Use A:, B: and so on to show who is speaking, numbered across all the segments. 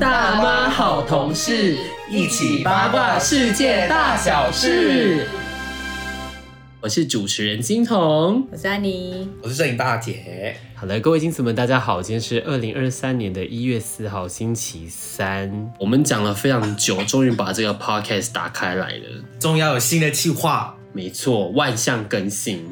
A: 大妈好同事，一起八卦世界大小事。我是主持人金童。
B: 我是安妮，
C: 我是摄影大姐，
A: 好了，各位金子们，大家好，今天是二零二三年的一月四号，星期三。我们讲了非常久，终于把这个 podcast 打开来了。
C: 终于要有新的计划，
A: 没错，万象更新。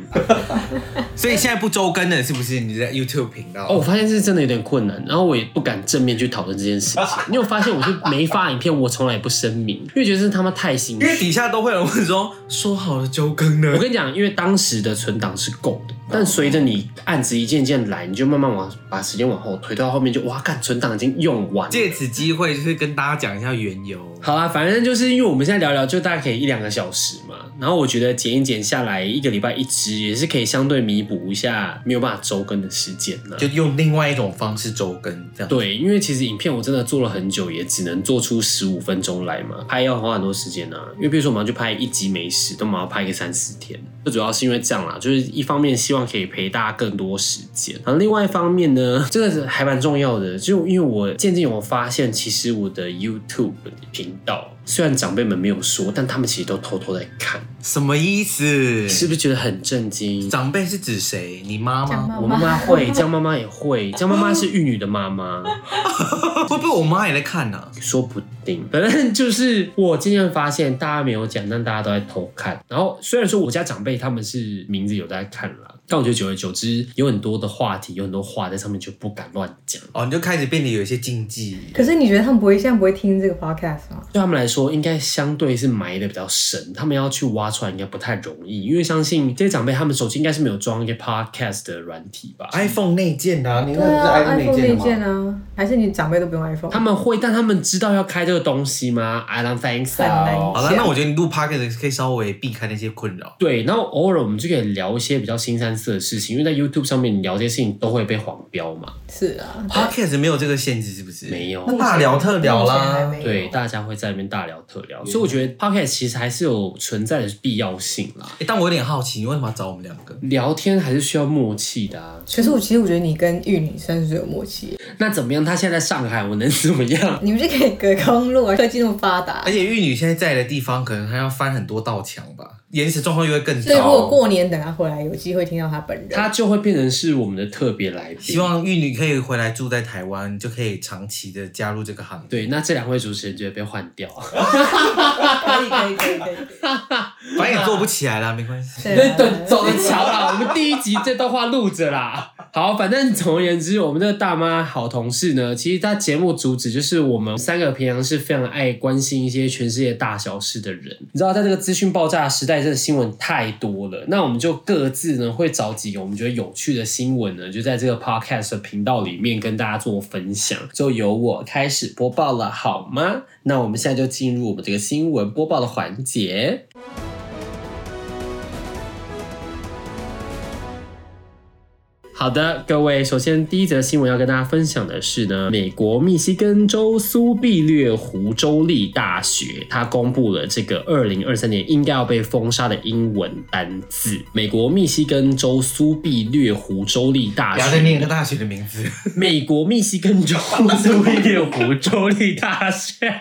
C: 所以现在不周更了，是不是？你在 YouTube 频道
A: 哦，我发现是真的有点困难，然后我也不敢正面去讨论这件事情。你有发现我是没发影片，我从来也不声明，因为觉得这他妈太辛苦
C: 因。为底下都会有人问说，说好了周更
A: 我
C: 呢？
A: 跟你讲，因为当时的存档是够的，但随着你案子一件一件来，你就慢慢往把时间往后推，到后面就哇，干存档已经用完了。
C: 借此机会就是跟大家讲一下缘由。
A: 好啦，反正就是因为我们现在聊聊，就大概可以一两个小时嘛。然后我觉得剪一剪下来，一个礼拜一支，也是可以相对弥补一下没有办法周更的时间了。
C: 就用另外一种方式周更，这样
A: 对，因为其实影片我真的做了很久，也只能做出十五分钟来嘛，拍要花很多时间啊。因为比如说我们要去拍一集美食，都马上拍个三四天。最主要是因为这样啦，就是一方面希望可以陪大家更多时间，然后另外一方面呢，这个是还蛮重要的，就因为我渐渐有发现，其实我的 YouTube 频道。虽然长辈们没有说，但他们其实都偷偷在看，
C: 什么意思？
A: 是不是觉得很震惊？
C: 长辈是指谁？你妈
B: 讲
C: 吗？
B: 妈
A: 我妈
B: 妈
A: 妈会，江妈妈也会，江妈妈是玉女的妈妈。
C: 会哦不会我妈也在看呢、啊
A: 说不定，反正就是我渐渐发现大家没有讲，但大家都在偷看。然后虽然说我家长辈他们是名字有在看啦，但我觉得久而久之有很多的话题，有很多话在上面就不敢乱讲。
C: 哦，你就开始变得有一些禁忌。
B: 可是你觉得他们不会现在不会听这个 podcast 吗？
A: 对他们来说，应该相对是埋的比较深，他们要去挖出来应该不太容易，因为相信这些长辈他们手机应该是没有装一个 podcast 的软体吧。
C: iPhone 内建的、啊，你那
B: 对
C: 个
B: 啊
C: 是 iPhone
B: ，iPhone
C: 内
B: 内
C: 建
B: 建
C: 的吗？
B: 啊，还是你长辈都不用 iPhone？
A: 他们会，但他们知道要开这个东西吗？I don't think
B: 很难
A: so。
C: 好了，那我觉得你录 podcast 可以稍微避开那些困扰。
A: 对，然后偶尔我们就可以聊一些比较新三色的事情，因为在 YouTube 上面你聊这些事情都会被黄标嘛。
B: 是啊，
C: podcast 没有这个限制，是不是？
A: 没有
C: 那大聊特聊
B: 目前还
C: 啦
B: 没。有
A: 对，大家会在那边大聊特聊，
C: 啊
A: 所以我觉得 Podcast 其实还是有存在的必要性啦。
C: 诶但我有点好奇，你为什么要找我们两个？
A: 聊天还是需要默契的啊。
B: 可是我其实我觉得你跟玉女算是有默契，
A: 那怎么样？他现在在上海，我能 怎么样？
B: 你们就可以隔空录啊，科技那么发达
C: 而。且玉女现在在的地方，可能还要翻很多道墙吧，延迟状况又会更
B: 所以如果
C: 高。
B: 过年等他回来，有机会听到他本人。
A: 他就会变成是我们的特别来宾。
C: 希望玉女可以回来住在台湾，就可以长期的加入这个行业。
A: 对，那这两位主持人就会被换掉。
B: 可以可以可以可以，
C: 反正也做不起来啦，没关 系。
B: 对
A: 那
B: 啊
A: 等走着瞧 啦，我们第一集这段话录着啦。好，反正总而言之，我们这个大妈好同事呢，其实她节目主旨就是我们三个平常是非常爱关心一些全世界大小事的人。你知道，在这个资讯爆炸的时代，这个新闻太多了，那我们就各自呢会找几个我们觉得有趣的新闻呢，就在这个 podcast 的频道里面跟大家做分享。就由我开始播报了，好吗？那我们现在就进入我们这个新闻播报的环节。好的，各位，首先第一则新闻要跟大家分享的是呢，美国密西根州苏必略湖州立大学，它公布了这个二零二三年应该要被封杀的英文单字。美国密西根州苏必略湖州立大
C: 不
A: 学，
C: 要再念一个大学的名字，
A: 美国密西根州苏必略湖州立大学。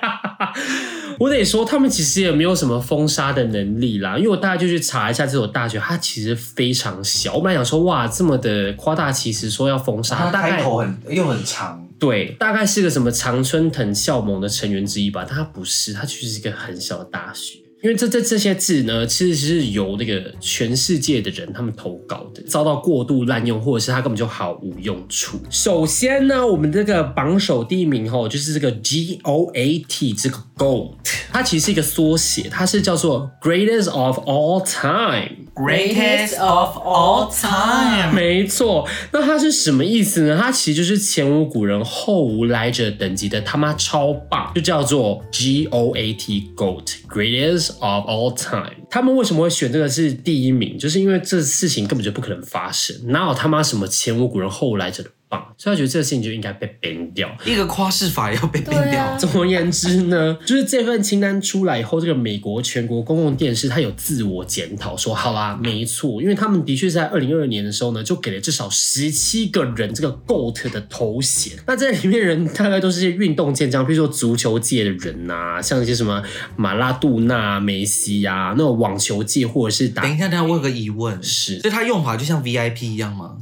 A: 我得说，他们其实也没有什么封杀的能力啦，因为我大概就去查一下这所大学，它其实非常小。我本来想说，哇，这么的夸大其词，说要封杀，
C: 它
A: 大
C: 开
A: 概
C: 头很又很长，
A: 对，大概是个什么常春藤校盟的成员之一吧，但它不是，它就是一个很小的大学。因为这这这些字呢，其实是由那个全世界的人他们投稿的，遭到过度滥用，或者是它根本就毫无用处。首先呢，我们这个榜首第一名吼，就是这个 G O A T 这个 GOAT，它其实是一个缩写，它是叫做 Greatest of All Time。
B: Greatest of all time
A: 没错，那它是什么意思呢？它其实就是前无古人后无来者等级的他妈超棒，就叫做 G O A T GOAT Greatest of All Time。他们为什么会选这个是第一名？就是因为这事情根本就不可能发生，哪有他妈什么前无古人后无来者的棒，所以他觉得这个事情就应该被 ban 掉。
C: 一个夸饰法要被变
B: 对
C: 掉，
B: 啊
A: 总而言之呢，就是这份清单出来以后，这个美国全国公共电视它有自我检讨说，好啦，没错，因为他们的确是在二零二二年的时候呢，就给了至少十七个人这个 GOAT 的头衔。那这里面人大概都是一些运动健将，比如说足球界的人呐、像一些什么马拉杜纳、梅西呀、那种网球界或者是打
C: 等一下，等一下，我有个疑问，
A: 是
C: 所以它用法就像 VIP 一样吗？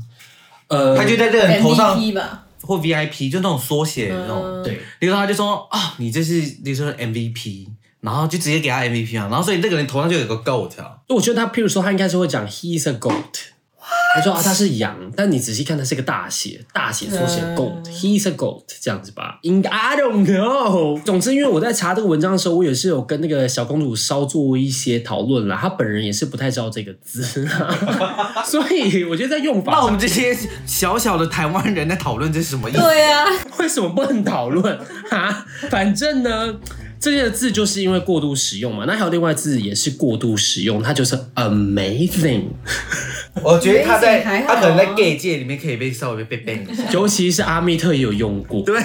A: 呃
C: 他就在这个
B: 啊
C: 人头上
B: MVP 吧，
C: 或 VIP，就那种缩写的那种。
B: 嗯
A: 对。
C: 例如说他就说啊，你这是，例如说 MVP，然后就直接给他 MVP 啊，然后所以那个人头上就有个 GOAT 啊。
A: 我觉得他，譬如说，他应该是会讲 he's a goat。他说啊，他是羊，但你仔细看，他是个大写，大写缩写
B: 嗯
A: goat，he's a goat 这样子吧。应该 I don't know。总之，因为我在查这个文章的时候，我也是有跟那个小公主稍做一些讨论啦。她本人也是不太知道这个字啦， 所以我觉得在用
C: 那我
A: 法
C: 们这些小小的台湾人在讨论这是什么意思？
B: 对啊，
A: 为什么不能讨论啊？反正呢。这些字就是因为过度使用嘛，那还有另外字也是过度使用，它就是 amazing，
C: 我觉得他在
B: 还好
C: 他
B: 啊
C: 可能在 gay 界里面可以被稍微被 ban 一下。
A: 尤其是阿密特也有用过，
C: 对，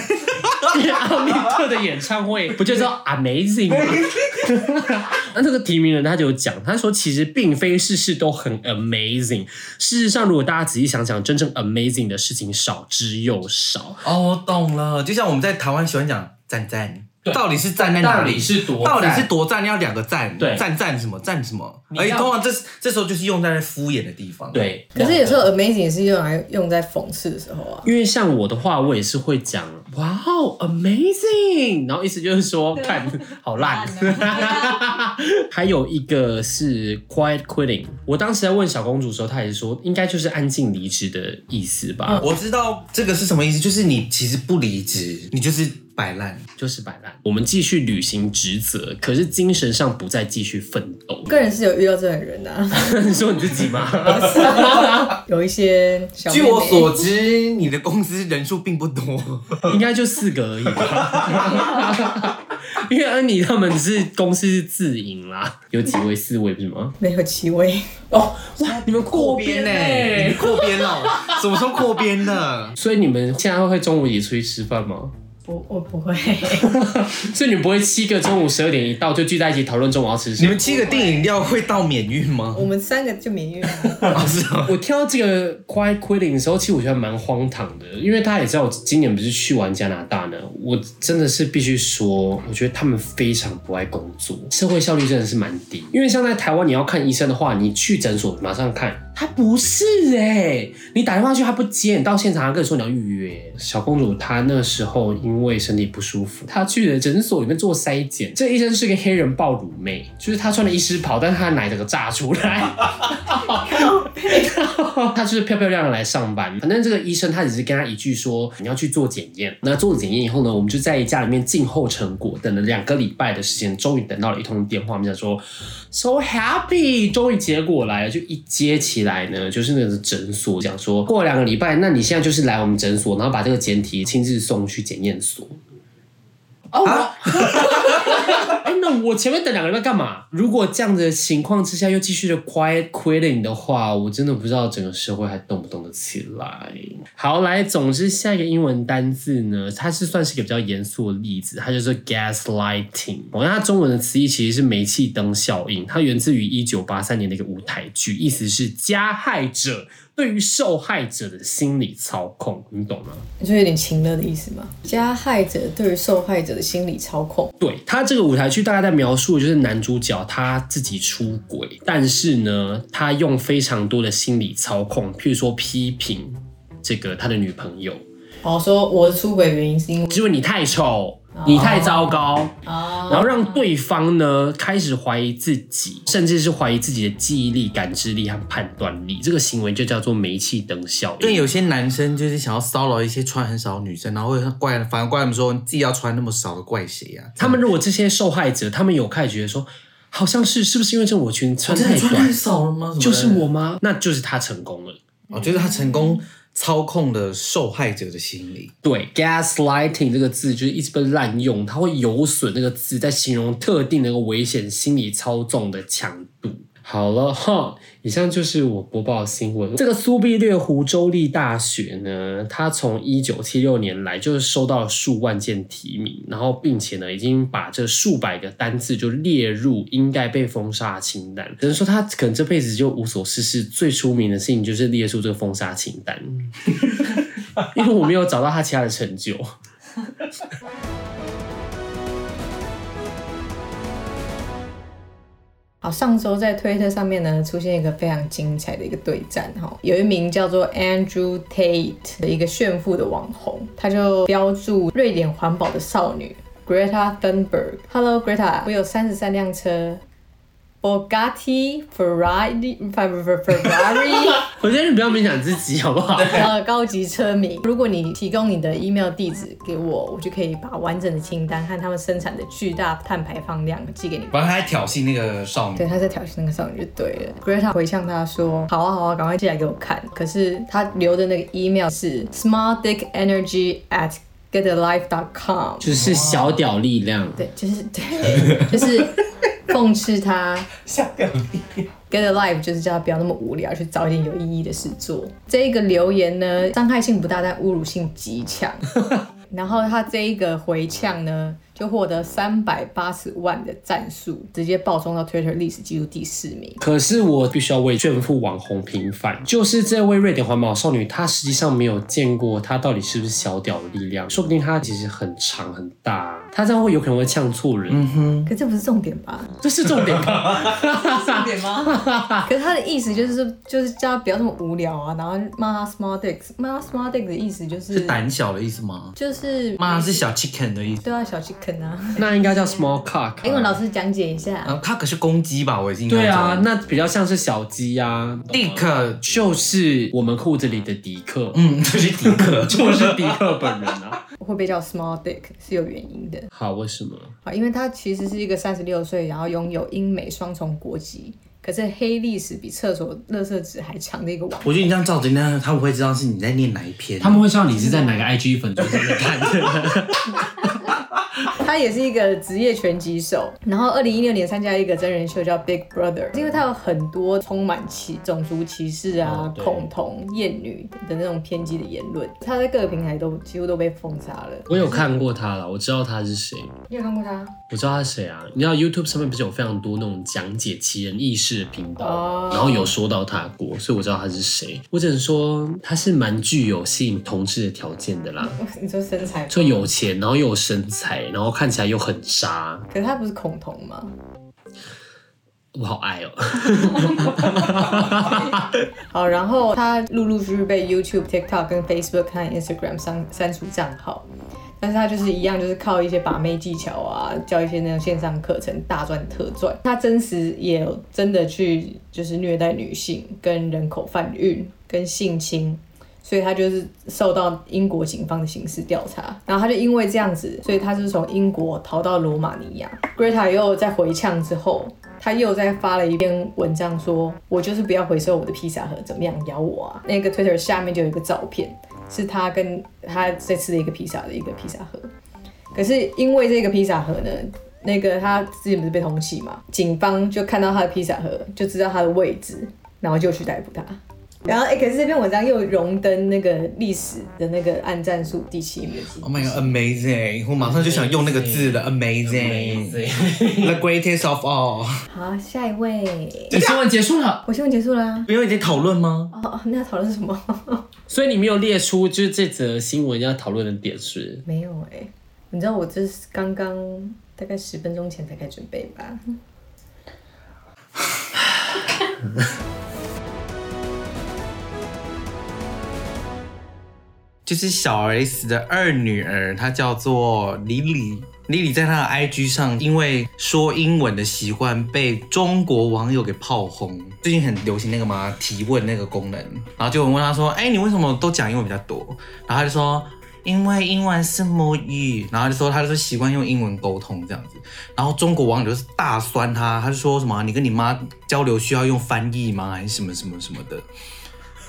A: 因为阿密特的演唱会不就叫 Amazing 吗？ 那这个提名人他就有讲，他说其实并非事事都很 amazing。事实上，如果大家仔细想想，真正 amazing 的事情少之又少。
C: 哦，我懂了，就像我们在台湾喜欢讲赞赞，
A: 对
C: 到底是赞在哪里？
A: 是多
C: 到底是多赞要两个赞，
A: 对
C: 赞赞什么赞什么？
A: 你要
C: 而且通常这这时候就是用在敷衍的地方。，
A: 对，
B: 可是有时候 amazing 也是用来用在讽刺的时候啊。
A: 因为像我的话，我也是会讲哇哦 amazing，然后意思就是说看好烂。 还有一个是 quiet quitting，我当时在问小公主的时候，她也是说应该就是安静离职的意思吧，
C: 我知道这个是什么意思，就是你其实不离职，你就是摆烂。
A: 就是摆烂。我们继续履行职责，可是精神上不再继续奋斗
B: 我。个人是有遇到这种人 的、啊，
A: 你说你自己吗？
B: 有一些小妹
C: 据
B: 妹
C: 我所知，你的公司人数并不多，
A: 应该就四个而已吧。 因为安妮他们是公司是自营啦，有几位四位不是吗？
B: 没有七位，
A: 哦，哇，你们扩编
C: 欸你
A: 呢？
C: 扩编了，什么时候扩编的？
A: 所以你们现在会中午也出去吃饭吗？
B: 我我不会，
A: 所以你们不会七个中午十二点一到就聚在一起讨论中午要吃什
C: 你
A: 么？
C: 们七个订饮料会到免运吗
B: 我？们三个就免运了。
C: 啊，是啊，
A: 我挑这个 Quiet Quitting 的时候，其实我觉得蛮荒唐的，因为大家也知道我今年不是去完加拿大呢，我真的是必须说，我觉得他们非常不爱工作，社会效率真的是蛮低。因为像在台湾，你要看医生的话，你去诊所马上看，他不是哎、你打电话去他不接，你到现场他跟你说你要预约。小公主她那时候因为身体不舒服，她去了诊所里面做筛检，这医生是个黑人爆乳妹，就是她穿了医师袍，但是她的奶整个炸出来。 她就是漂漂亮亮来上班。反正这个医生他只是跟她一句说你要去做检验，那做了检验以后呢，我们就在家里面静候成果，等了两个礼拜的时间，终于等到了一通电话，我们想说 so happy，终于结果来了，就一接起来呢，就是那个诊所讲说过两个礼拜，那你现在就是来我们诊所，然后把这个检体亲自送去检验所。哦，我哎、那我前面等两个礼拜干嘛？如果这样的情况之下又继续的 quiet quitting 的话，我真的不知道整个社会还动不动得起来。好，来，总之下一个英文单字呢，它是算是一个比较严肃的例子，它就是 gaslighting。我那它中文的词义其实是煤气灯效应，它源自于一九八三年的一个舞台剧，意思是加害者对于受害者的心理操控，你懂吗？
B: 就有点情乐的意思嘛。加害者对于受害者的心理操控，
A: 对他这个舞台剧大概在描述，就是男主角他自己出轨，但是呢，他用非常多的心理操控，譬如说批评这个他的女朋友，
B: 哦，说我的出轨原因是因为
A: 就是因为你太丑，你太糟糕，
B: 啊，
A: 然后让对方呢开始怀疑自己，甚至是怀疑自己的记忆力、感知力和判断力。这个行为就叫做煤气灯效
C: 因为
A: 应。
C: 有些男生就是想要骚扰一些穿很少的女生，然后会怪，反而怪他们说你自己要穿那么少的，怪啊谁呀、
A: 他们如果这些受害者，他们有开始觉得说，好像是是不是因为这我裙
C: 哦
A: 子穿太短，
C: 少了吗？
A: 就是，我吗？那就是他成功了。
C: 我觉得哦他成功操控了受害者的心理。
A: 对，gaslighting 这个字就是一直被滥用，它会有损这个字在形容特定的一个危险心理操纵的强度。好了哈，以上就是我播报的新闻。这个苏必略湖州立大学呢，它从一九七六年来就是收到了数万件提名，然后并且呢，已经把这数百个单字就列入应该被封杀的清单。只能说他可能这辈子就无所事事，最出名的事情就是列出这个封杀清单，因为我没有找到他其他的成就。
B: 好，哦上周在推特上面呢，出现一个非常精彩的一个对战哈，有一名叫做 Andrew Tate 的一个炫富的网红，他就标注瑞典环保的少女 Greta Thunberg。Hello Greta，我有三十三辆车，Bugatti、Ferrari、Ferrari。
A: 我觉得你不要勉强自己好不 好？
B: 呃，高级车迷，如果你提供你的 email 地址给我，我就可以把完整的清单和他们生产的巨大碳排放量寄给你。
C: 反正他还挑衅那个少女
B: 对，，他在挑衅那个少女就对了。Greta 回向他说：“好啊，好啊，赶快寄来给我看。”可是他留的那个 email 是 small dick energy at getalife.com，
A: 就是小屌力量。
B: 对，就是对， 就是讽刺他
C: 下掉
B: Get a life 就是叫他不要那么无聊，去找一点有意义的事做。这一个留言呢，伤害性不大，但侮辱性极强。 然后他这一个回呛呢，就获得三百八十万的赞数，直接暴冲到 Twitter 历史记录第四名。
A: 可是我必须要为炫富网红平反，就是这位瑞典环保少女，她实际上没有见过她到底是不是小屌的力量，说不定她其实很长很大，她这样会有可能会呛错人，
C: 嗯
B: 可这不是重点吧？
A: 这是重点 吧？
B: 重点吗？
C: 啊
B: 可是他的意思就是，就是叫他不要这么无聊啊，然后骂他 small dick，骂他 small dick 的意思就是
C: 是胆小的意思吗？
B: 就是
C: 妈嗯是小 chicken 的意思。
B: 对啊，小 chicken 啊。
A: 那应该叫 small cock 啊、
B: 英文老师讲解一下。
C: 啊，他可是公鸡吧？我已经
A: 对啊，那比较像是小鸡呀、啊，
C: 迪克，
A: 就是我们裤子里的迪克，
C: 嗯，就是迪克，
A: 就是迪克本人啊。
B: 会被叫 small dick 是有原因的
A: 好，为什么？
B: 啊，因为他其实是一个三十六岁，然后拥有英美双重国籍，可是黑历史比厕所垃圾纸还强的一个 网。
C: 我觉得你这样照着那，他们会知道是你在念哪一篇。
A: 他们会知道你是在哪个 IG 粉专上面看的。
B: 他也是一个职业拳击手，然后二零一六年参加一个真人秀叫 Big Brother，因为他有很多充满歧种族歧视啊
A: 哦、对
B: 恐同、厌女的那种偏激的言论，他在各个平台都几乎都被封杀了。
A: 我有看过他了，我知道他是谁。
B: 你有看过他？
A: 我知道他是谁啊？你知道 YouTube 上面不是有非常多那种讲解奇人异事的频道，
B: 哦
A: 然后有说到他过，所以我知道他是谁。我只能说他是蛮具有吸引同志的条件的啦，
B: 你说身材吗？
A: 就有钱，然后又有身材，然后看起来又很渣，
B: 可是他不是恐同吗？
A: 我好爱哦、
B: 好，然后他陆陆续续被 YouTube、TikTok、跟 Facebook 和 Instagram 删删除账号，但是他就是一样，就是靠一些把妹技巧啊，教一些那种线上课程大赚特赚。他真实也有真的去就是虐待女性、跟人口贩运、跟性侵。所以他就是受到英国警方的刑事调查，然后他就因为这样子，所以他就是从英国逃到罗马尼亚。Greta 又在回呛之后，他又在发了一篇文章说，我就是不要回收我的披萨盒，怎么样咬我啊？那个 Twitter 下面就有一个照片，是他跟他在吃的一个披萨的一个披萨盒，可是因为这个披萨盒呢。那个他之前不是被通缉嘛，警方就看到他的披萨盒，就知道他的位置，然后就去逮捕他。然后，哎、可是这篇文章又荣登那个历史的那个按赞数第七名。
C: Oh my god, amazing！我马上就想用那个字了，amazing，the greatest of all。
B: 好，下一位，
A: 你新闻结束了，
B: 我新闻结束啦。
C: 没有已经讨论吗？
B: 哦，那要讨论什么？
A: 所以你没有列出就是这则新闻要讨论的点是？
B: 没有哎、你知道我这是刚刚大概十分钟前才开始准备吧？
C: 就是小 S 的二女儿，她叫做李李。李李在她的 IG 上，因为说英文的习惯被中国网友给炮轰。最近很流行那个嘛提问那个功能，然后就有人问她说：“哎、你为什么都讲英文比较多？”然后她就说：“因为英文是母语。”然后就说她就是习惯用英文沟通这样子。然后中国网友就是大酸她，她就说什么：“你跟你妈交流需要用翻译吗？还是什么什么什么的？”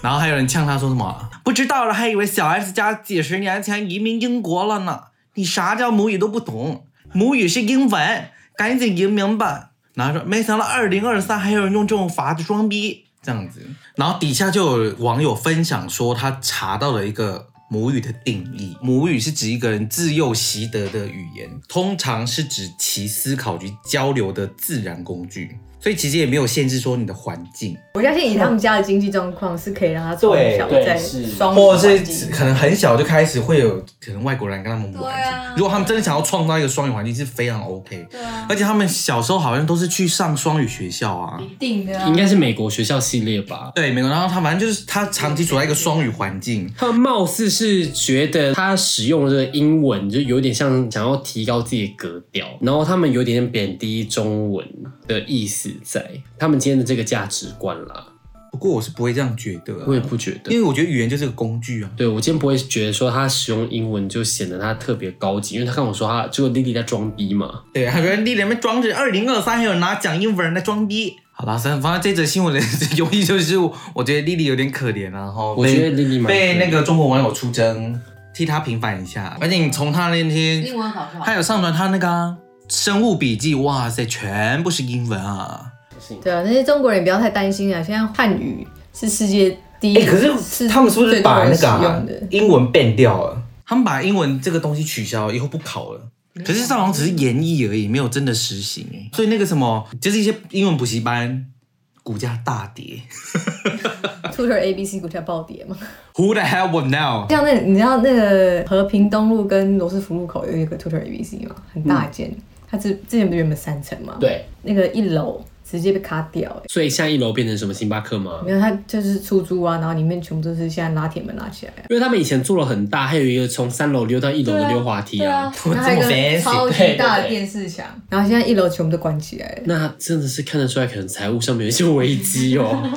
C: 然后还有人呛他说什么不知道了，还以为小 S 家几十年前移民英国了呢。你啥叫母语都不懂，母语是英文，赶紧移民吧。然后说没想到二零二三还有人用这种法子装逼这样子，然后底下就有网友分享说他查到了一个。母语的定义，母语是指一个人自幼习得的语言，通常是指其思考及交流的自然工具，所以其实也没有限制说你的环境，
B: 我相信以他们家的经济状况是可以让他从
C: 对
B: 小
D: 对
B: 在
D: 是
B: 双语
C: 或
B: 环
C: 者
B: 境
C: 是可能很小就开始会有可能外国人跟他们玩。
E: 对啊
C: 如果他们真的想要创造一个双语环境是非常 OK，
E: 对啊
C: 而，且他们小时候好像都是去上双语学校啊。
E: 一定的啊
A: 应该是美国学校系列吧。
C: 对，美国，然后他反正就是他长期处在一个双语环境，
A: 他貌似是觉得他使用这个英文就有点像想要提高自己的格调，然后他们有点贬低中文的意思在，他们今天的这个价值观啦，
C: 不过我是不会这样觉得、啊，
A: 我也不觉得
C: 因。为我觉得语言就是个工具啊。
A: 对，我今天不会觉得说他使用英文就显得他特别高级，因为他跟我说他结果 Lily 在装逼嘛，
C: 对，他说你里面装着二零二三还有拿奖英文在装逼。好啦，反正这则新闻的 用意就是，我觉得莉莉有点可怜啊，然后
A: 我
C: 被
A: 觉得 Lily 蛮可
C: 被
A: 怜
C: 那个中国网友出征，替她平反一下。而且你从她那些
E: 英文好不好？
C: 他有上传他那个啊、生物笔记，哇塞，全部是英文啊！
B: 对啊，那些中国人也不要太担心啊，现在汉语是世界第一，
D: 哎、可是他们是不是
B: 最多
D: 把
B: 人
D: 那个、
B: 使
D: 啊
B: 用的、
D: 英文变掉了？
C: 他们把英文这个东西取消，以后不考了。可是上网只是演绎而已，没有真的实行哎。所以那个什么，就是一些英文补习班股价大跌。
B: Tutor ABC 股价暴跌嘛？
C: Who the hell would know？
B: 像那你知道那个和平东路跟罗斯福路口有一个 Tutor ABC 吗？很大一间，
D: 嗯
B: 它之之前不是原本三层嘛？，
A: 对，
B: 那个一楼直接被卡掉、欸，
A: 所以下一楼变成什么星巴克吗？
B: 没有，它就是出租啊，然后里面全部都是现在拉铁门拉起来、啊，
A: 因为他们以前做了很大，还有一个从三楼溜到一楼的溜滑梯
E: 对
A: 啊
E: 啊，，
C: 我
B: 然后还有
C: 这么
B: 一个
C: fancy
B: 超级
D: 对
B: 大的
D: 对对
B: 电视墙，然后现在一楼全部都关起来了。
A: 那真的是看得出来，可能财务上面有一些危机 哦。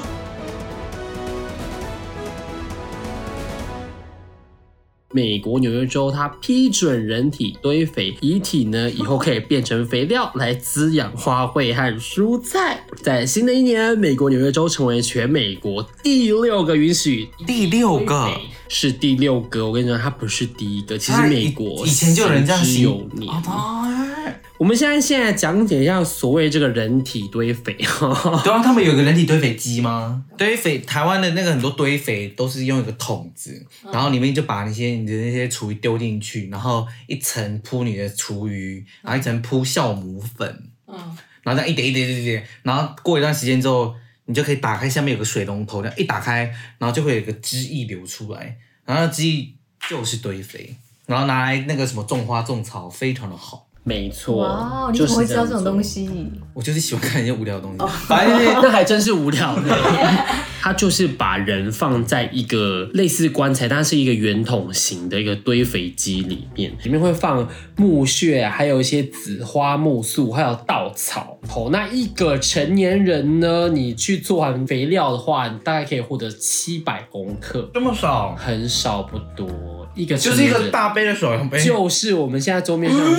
A: 美国纽约州，它批准人体堆肥，遗体呢以后可以变成肥料来滋养花卉和蔬菜。在新的一年，美国纽约州成为全美国第六个允许
C: 第六个
A: 堆肥，是第六个。我跟你讲，它不是第一个，其实
C: 他以
A: 美国
C: 以前就有人这样
A: 行之
C: 行
A: 有年。
C: 啊，
A: 我们现在现在讲解一下所谓这个人体堆肥 哈，
C: 对啊，他们有个人体堆肥机吗？堆肥，台湾的那个很多堆肥都是用一个桶子，然后里面就把那些你的那些厨余丢进去，然后一层铺你的厨余，然后一层铺酵母粉，
E: 嗯，
C: 然后这样一点一点一点一点，然后过一段时间之后，你就可以打开下面有个水龙头，这样一打开，然后就会有一个汁液流出来，然后那汁液就是堆肥，然后拿来那个什么种花种草，非常的好。
A: 没
B: 哇
A: 错，，
B: 你
A: 就是
B: 怎么会知道
A: 这
B: 这
A: 样
B: 种
A: 做
B: 东？西？
C: 我就是喜欢看一些无聊的东西，
A: 反正就是那还真是无聊 呢。它就是把人放在一个类似棺材，但是一个圆筒形的一个堆肥机里面，里面会放木屑，还有一些紫花木素，还有稻草。哦，那一个成年人呢，你去做完肥料的话，你大概可以获得七百公克，
C: 这么少。
A: 很少不多。一个
C: 就是
A: 成
C: 一
A: 年
C: 个
A: 人
C: 大杯的手摇
A: 哎
C: 杯，
A: 就是我们现在桌面上说，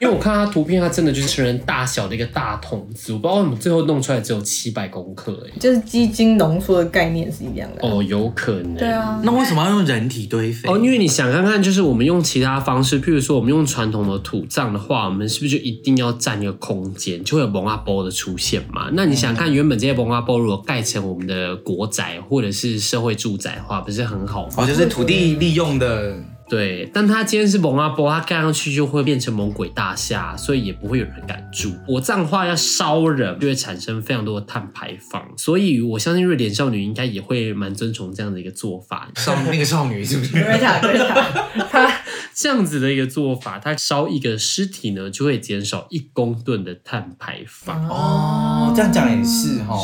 A: 因为我看它图片，它真的就是成人大小的一个大桶子，我不知道为什么最后弄出来只有七百公克哎、
B: 就是基金浓缩的概念是一样的啊。
A: 哦，有可能。
B: 对。啊，
C: 那为什么要用人体堆肥？
A: 哦，因为你想看看，就是我们用其他方式，譬如说我们用传统的土葬的话，我们是不是就一定要占一个空间，就会有蒙阿波的出现嘛？那你想
B: 嗯
A: 看，原本这些蒙阿波如果盖成我们的国宅或者是社会住宅的话，不是很好吗？
C: 哦，就是土地利用的，
A: 对，但它今天是蒙阿波，它盖上去就会变成猛鬼大厦，所以也不会有人敢住。我这样的话要烧人，就会产生非常多的碳排放，所以我相信瑞典少女应该也会蛮遵从这样的一个做法。
C: 少那个少女是不
B: 格
C: 是？
B: 瑞塔， 格瑞塔，
A: 它这样子的一个做法，它烧一个尸体呢，就会减少一公吨的碳排放。
C: 哦，这样讲也是哈。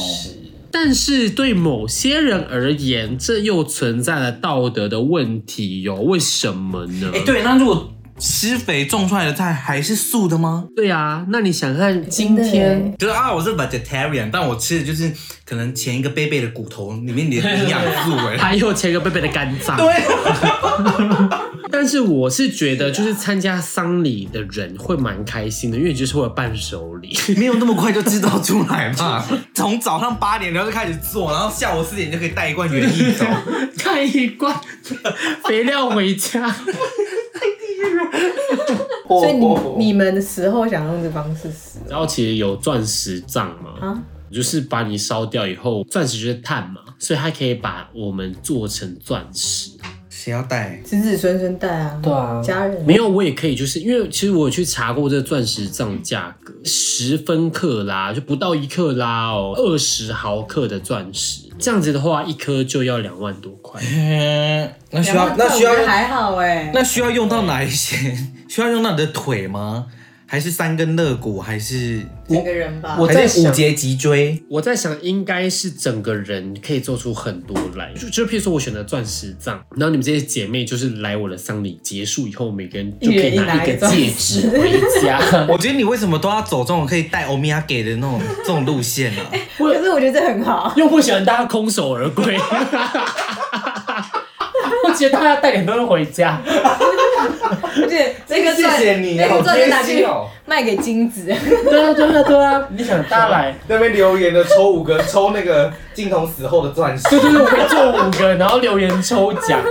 A: 但是对某些人而言，这又存在了道德的问题哟、为什么呢？
C: 哎，对，那如果施肥种出来的菜还是素的吗？
A: 对啊，那你想看今
B: 真的
A: 天
B: 耶
C: 就是啊，我是 vegetarian，但我吃的就是可能前一个贝贝的骨头里面的营养素 哎。
A: 还有切个贝贝的肝脏。对，但是我是觉得，就是参加丧礼的人会蛮开心的，因为就是会有伴手礼。
C: 没有那么快就制造出来 嘛，从早上八点然后就开始做，然后下午四点就可以带一罐园艺走。
A: 带一罐肥料回家。
B: 所以
D: 哦
B: 你你们的死后想用这方式死
A: 然后其实有钻石葬嘛，
B: 啊？
A: 就是把你烧掉以后，钻石就是碳嘛，所以它可以把我们做成钻石。
C: 谁要带？
B: 子子孙孙带啊，
D: 对啊
B: 家人
A: 没有，我也可以，就是因为其实我有去查过这钻石藏价格，十分克拉就不到一克拉哦，二十毫克的钻石，这样子的话，一颗就要两万多块。
C: 嗯， 那需要
B: 两万块
C: 那需要
B: 我觉得还好哎、
C: 那需要用到哪一些？ 需要用到你的腿吗？还是三根肋骨？还是
B: 整个人吧，
D: 我
A: 还在
D: 在
A: 想
D: 五节脊椎，
A: 我在想，应该是整个人可以做出很多来，就就譬如说我选择钻石藏，然后你们这些姐妹就是来我的丧礼结束以后，每个人就可
B: 一人
A: 以
B: 一
A: 拿
B: 拿
A: 一
B: 一
A: 个
B: 钻
A: 戒指回家。
C: 我觉得你为什么都要走这种可以带欧米亚给的那种这种路线啊呢、
B: 可是我觉得这很好，
A: 又不喜欢大家空手而 归。我觉得大家带很多人回家，
B: 而且那 个
D: 谢
B: 钻
D: 谢你
B: 那
D: 好
B: 个钻就拿
D: 贴
B: 去
D: 心哦
B: 卖给金 子，
A: 对啊，对啊，对啊，你想大家来，
D: 那边留言的抽五个，抽那个镜童死后的钻石
A: 对对对，我们做五个，然后留言抽奖。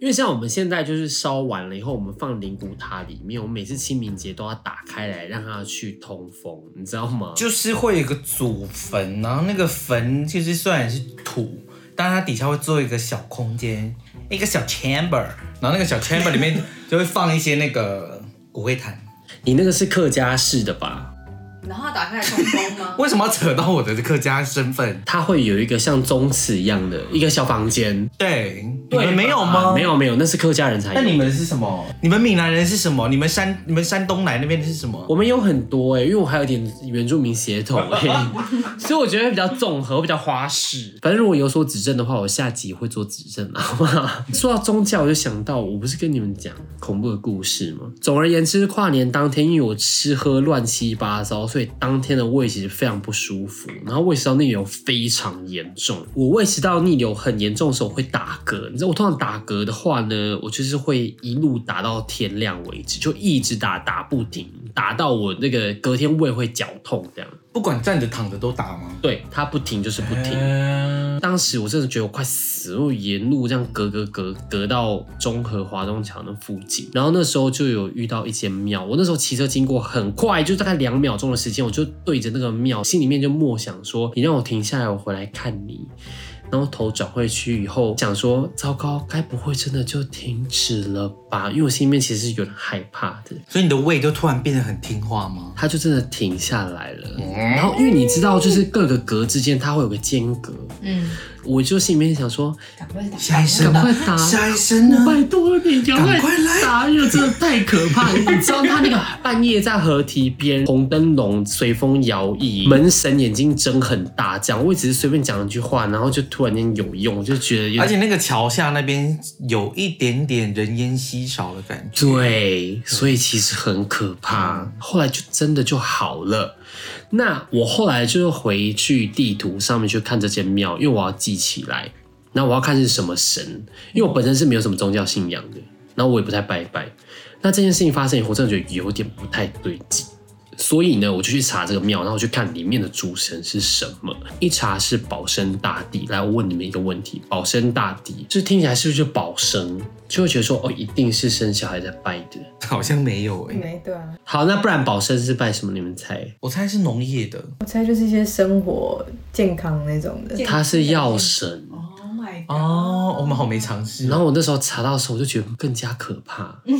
A: 因为像我们现在就是烧完了以后，我们放灵骨塔里面，我们每次清明节都要打开来让它去通风，你知道吗？
C: 就是会有一个祖坟，然后那个坟其实虽然是土，但它底下会做一个小空间，一个小 chamber，然后那个小 chamber 里面就会放一些那个骨灰坛。
A: 你那个是客家式的吧？
E: 然后打开来通风吗？
C: 为什么要扯到我的客家身 份？
A: 它会有一个像宗祠一样的一个小房间，
C: 对，你们没有吗？
A: 啊没。有没有，那是客家人才有。
C: 那你们是什么？你们闽南人是什么？你们山你们山东来那边是什么？
A: 我们有很多哎、因为我还有点原住民血统哎、 所以我觉得比较综合，比较花式。反正如果有所指正的话，我下集会做指正，好 吗？说到宗教，我就想到我不是跟你们讲恐怖的故事吗？总而言之，跨年当天，因为我吃喝乱七八糟，所以当天的胃其实非常不舒服，然后胃食道逆流非常严重。我胃食道逆流很严重的时候会打嗝，你知道我通常打嗝的话呢，我就是会一路打到天亮为止，就一直打打不停，打到我那个隔天胃会绞痛这样。
C: 不管站着躺着都打吗？
A: 对，它不停就是不停。
C: 嗯
A: 当时我真的觉得我快死了，我沿路这样隔隔隔隔到中和华东桥那附近，然后那时候就有遇到一间庙，我那时候骑车经过，很快就大概两秒钟的时间，我就对着那个庙，心里面就默想说：你让我停下来，我回来看你。然后头转回去以后，想说糟糕，该不会真的就停止了吧？因为我心里面其实是有点害怕的。
C: 所以你的胃就突然变得很听话吗？
A: 它就真的停下来了。然后因为你知道，就是各个格之间它会有个间隔，
E: 嗯，
A: 我就心里面想说，
E: 赶快打
C: 下一
A: 赶
C: 声呢
A: 快打？
C: 下一声呢？
A: 拜托你赶快
C: 赶快来
A: 打，因为真的太可怕了。你知道他那个半夜在河堤边，红灯笼随风摇曳，门神眼睛睁很大，这样我也只是随便讲一句话，然后就突然间有用，我就觉得有
C: 而且那个桥下那边有一点点人烟稀少的感觉。
A: 对，所以其实很可怕。后来就真的就好了。那我后来就回去地图上面去看这间庙，因为我要记起来。那我要看是什么神，因为我本身是没有什么宗教信仰的，然后我也不太拜拜。那这件事情发生以后，我真的觉得有点不太对劲。所以呢，我就去查这个庙，然后去看里面的主神是什么。一查是保生大帝。来，我问你们一个问题：保生大帝，这听起来是不是就保生？就会觉得说，哦，一定是生小孩在拜的。
C: 好像没有哎、
B: 没对啊，
A: 好，那不然保生是拜什么？你们猜？
C: 我猜是农业的。
B: 我猜就是一些生活健康那种的，
A: 他是药神。
E: Oh my god！
C: 哦，我们好没尝试。
A: 然后我那时候查到的时候，我就觉得更加可怕。
E: 嗯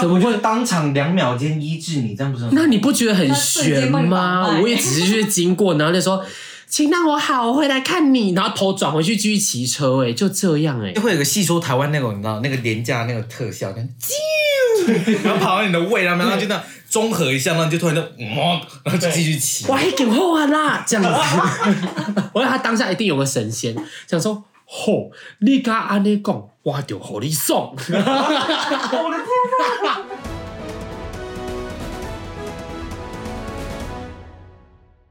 C: 怎么会当场两秒间医治你？这样不是 很好？
A: 那你不觉得很
E: 他瞬
A: 悬
E: 间帮你绑
A: 吗？
E: 带
A: 我也只是去经过，然后就说：“请让我好，我会来看你。”然后头转回去继续骑车、哎，就这样、哎
C: 就，会有个戏说台湾那种，你知道那个廉价那个特效，跟啾，然后跑到你的胃上面，然后就那样中和一下，然后就突然就，嗯然后就继续骑。
A: 我还给后啊啦，这样子。 我想他当下一定有个神仙，想说：“吼、你敢安尼讲，我就和你送。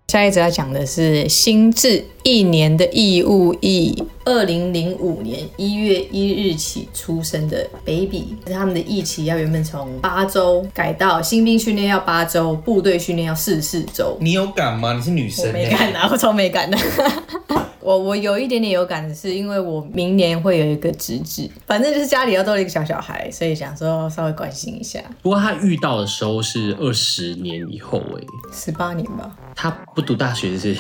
B: 下一则要讲的是新制一年的义务役，二零零五年一月一日起出生的 baby，他们的役期要原本从八周改到新兵训练要八周，部队训练要四十四周。
C: 你有敢吗？你是女
B: 我
C: 生、
B: 啊
C: 欸，
B: 没敢啊，我超没敢的。 我我有一点点有感的是，因为我明年会有一个侄子，反正就是家里要多了一个小小孩，所以想说稍微关心一下。
A: 不过他遇到的时候是二十年以后哎、
B: 十八年吧，
A: 他不读大学 是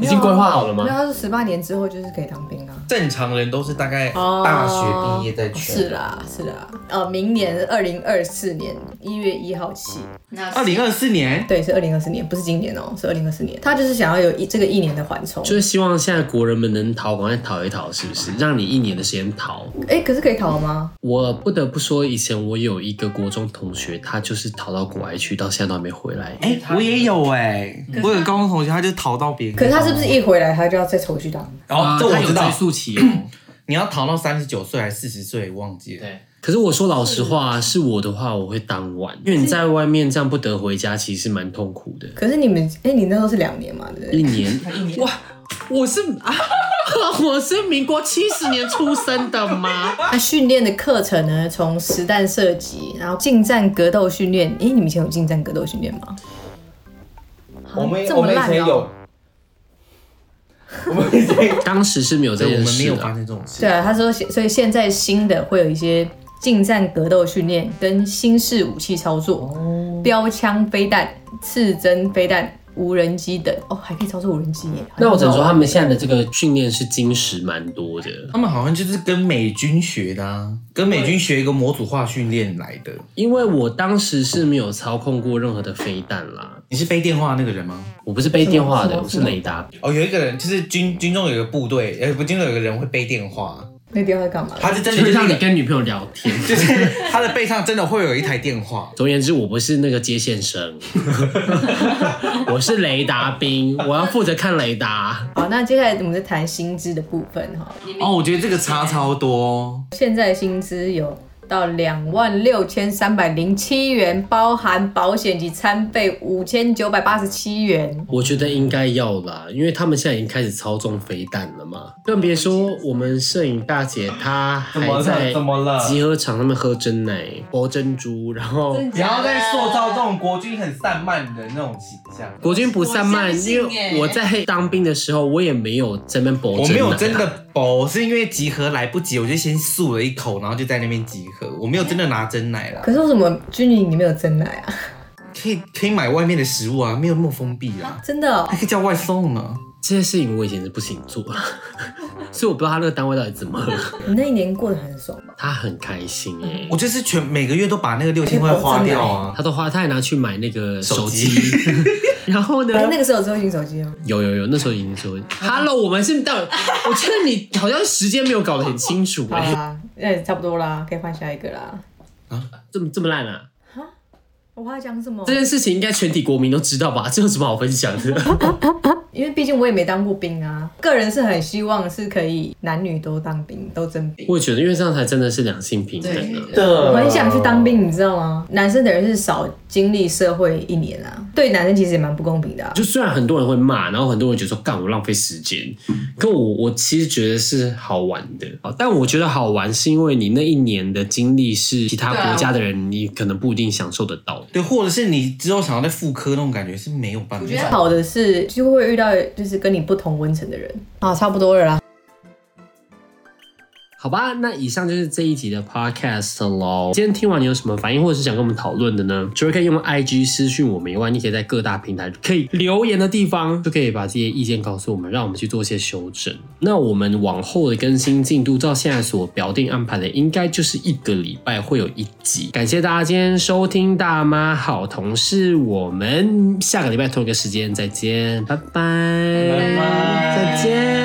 A: 已经规划好了
B: 没有，
A: 吗？
B: 他说十八年之后就是可以当兵啊。
C: 正常人都是大概
B: 哦
C: 大学毕业再去。
B: 是啦，是啦，呃，明年二零二四年一月一号起，
F: 那
C: 二零二四年，
B: 对，是二零二四年，不是今年哦、是二零二四年。他就是想要有一这个一年的缓冲，
A: 就是希望现在国人们能逃，赶快逃一逃，是不是？让你一年的时间逃。
B: 哎、可是可以逃吗？
A: 我不得不说，以前我有一个国中同学，他就是逃到国外去，到现在都还没回来。
C: 哎、我也有哎、
F: 是
C: 我有个高中同学，他就逃到别人。
B: 可是他是不是一回来他就要再重去当？
C: 然后
A: 啊
C: 哦这我
A: 他有
C: 知道
A: 追，溯期哦。
C: 你要逃到三十九岁还是四十岁，忘记了。
G: 对
A: 可是我说老实话，是我的话，我会当晚，因为你在外面这样不得回家，其实蛮痛苦的。
B: 可是你们，哎、你那时候是两年嘛，对不
A: 一
B: 对？
A: 年，哇，我是啊， 我是民国七十年出生的吗？
B: 那训练的课程呢，从实弹射击，然后近战格斗训练。哎、你们以前有近战格斗训练吗？
H: 我们
B: 这
H: 我
B: 么
H: 们以
B: 烂
H: 前
B: 哦、
H: 有，我们以前
A: 当时是没啊有这
C: 所以
A: 件
C: 我们没
A: 事
C: 有
A: 的、
C: 发生这种事。
B: 对啊，他说现，所以现在新的会有一些近战格斗训练跟新式武器操作，标枪、飞弹、刺针、飞弹、无人机等。哦，还可以操作无人机耶！
A: 那我只能说，他们现在的这个训练是精实蛮多的，
C: 他们好像就是跟美军学的啊，跟美军学一个模组化训练来的。
A: 因为我当时是没有操控过任何的飞弹啦，
C: 你是背电话那个人吗？
A: 我不是背电话
B: 什
A: 的，
B: 么
A: 我是雷达。
C: 哦，有一个人就是军军中有一个部队，呃，不，军中有一个人会背电话，
B: 那电话干嘛？
C: 他是真的
A: 就
C: 就是是
A: 让
C: 一
A: 你
C: 个，
A: 跟女朋友聊天。
C: 就是他的背上真的会有一台电话。
A: 总而言之，我不是那个接线生，我是雷达兵，我要负责看雷达。
B: 好，那接下来我们就谈薪资的部分哈。
C: 哦，我觉得这个差超多。
B: 现在薪资有到两万六千三百零七元，包含保险及餐费五千九百八十七元。
A: 我觉得应该要啦，因为他们现在已经开始操纵飞弹了嘛，更别说我们摄影大姐她
H: 怎么了？
A: 还在
H: 怎么了？
A: 集合场那边喝真奶、剥珍珠，然后
F: 真的
C: 不
F: 假的
C: 要再塑造这种国军很散漫的那种形象。
A: 国军不散漫
F: 我，相信
A: 因为
F: 耶
A: 我在当兵的时候，我也没有在那边博，
C: 我没有真的包，是因为集合来不及，我就先漱了一口，然后就在那边集合。我没有真的拿真奶啦，
B: 可是为什么军营里面有真奶啊？
C: 可以可以买外面的食物啊，没有那么封闭啦，
B: 真的、哦
C: 还？可以叫外送呢。
A: 这些事情，我以前是不行做，所以我不知道他那个单位到底怎么了。
B: 你那一年过得很爽吗？
A: 他很开心哎、
C: 我就是全每个月都把那个六千块花掉啊。
F: 哎
A: 他都花，他还拿去买那个手机，
C: 手
A: 然后呢
B: 哎、，那个时候有智慧型手机吗？
A: 有有有，那时候已经说，Hello，我们是到，我觉得你好像时间没有搞得很清楚
B: 好
A: 哎、
B: 啦，那也差不多啦，可以换下一个啦。
A: 这么这么烂啊！
B: 我还要讲什么
A: 这？件事情应该全体国民都知道吧？这 有什么好分享的？
B: 因为毕竟我也没当过兵啊，个人是很希望是可以男女都当兵，都征兵。
A: 我也觉得，因为这样才真的是两性平等啊。
F: 对
H: 的
B: 我很想去当。兵，你知道吗？男生等于是少经历社会一年啊，对男生其实也蛮不公平的、啊。
A: 就虽然很多人会骂，然后很多人觉得说干我浪费时间，可我我其实觉得是好玩的。好但我觉得好玩是因为你那一年的经历是其他国家的人，你可能不一定享受得到的。
C: 对，或者是你之后想要再复刻那种感觉是没有办
F: 我觉得
C: 法。
B: 好的是，就会遇到就是跟你不同温层的人啊，差不多了啦。
A: 好吧，那以上就是这一集的 podcast 喽。今天听完你有什么反应，或者是想跟我们讨论的呢？除了可以用 IG 私讯我们以外，你可以在各大平台可以留言的地方，就可以把自己的意见告诉我们，让我们去做一些修正。那我们往后的更新进度，照现在所表定安排的，应该就是一个礼拜会有一集。感谢大家今天收听《大妈好同事》，我们下个礼拜同一个时间再见，拜拜，
H: 拜拜
A: 再见。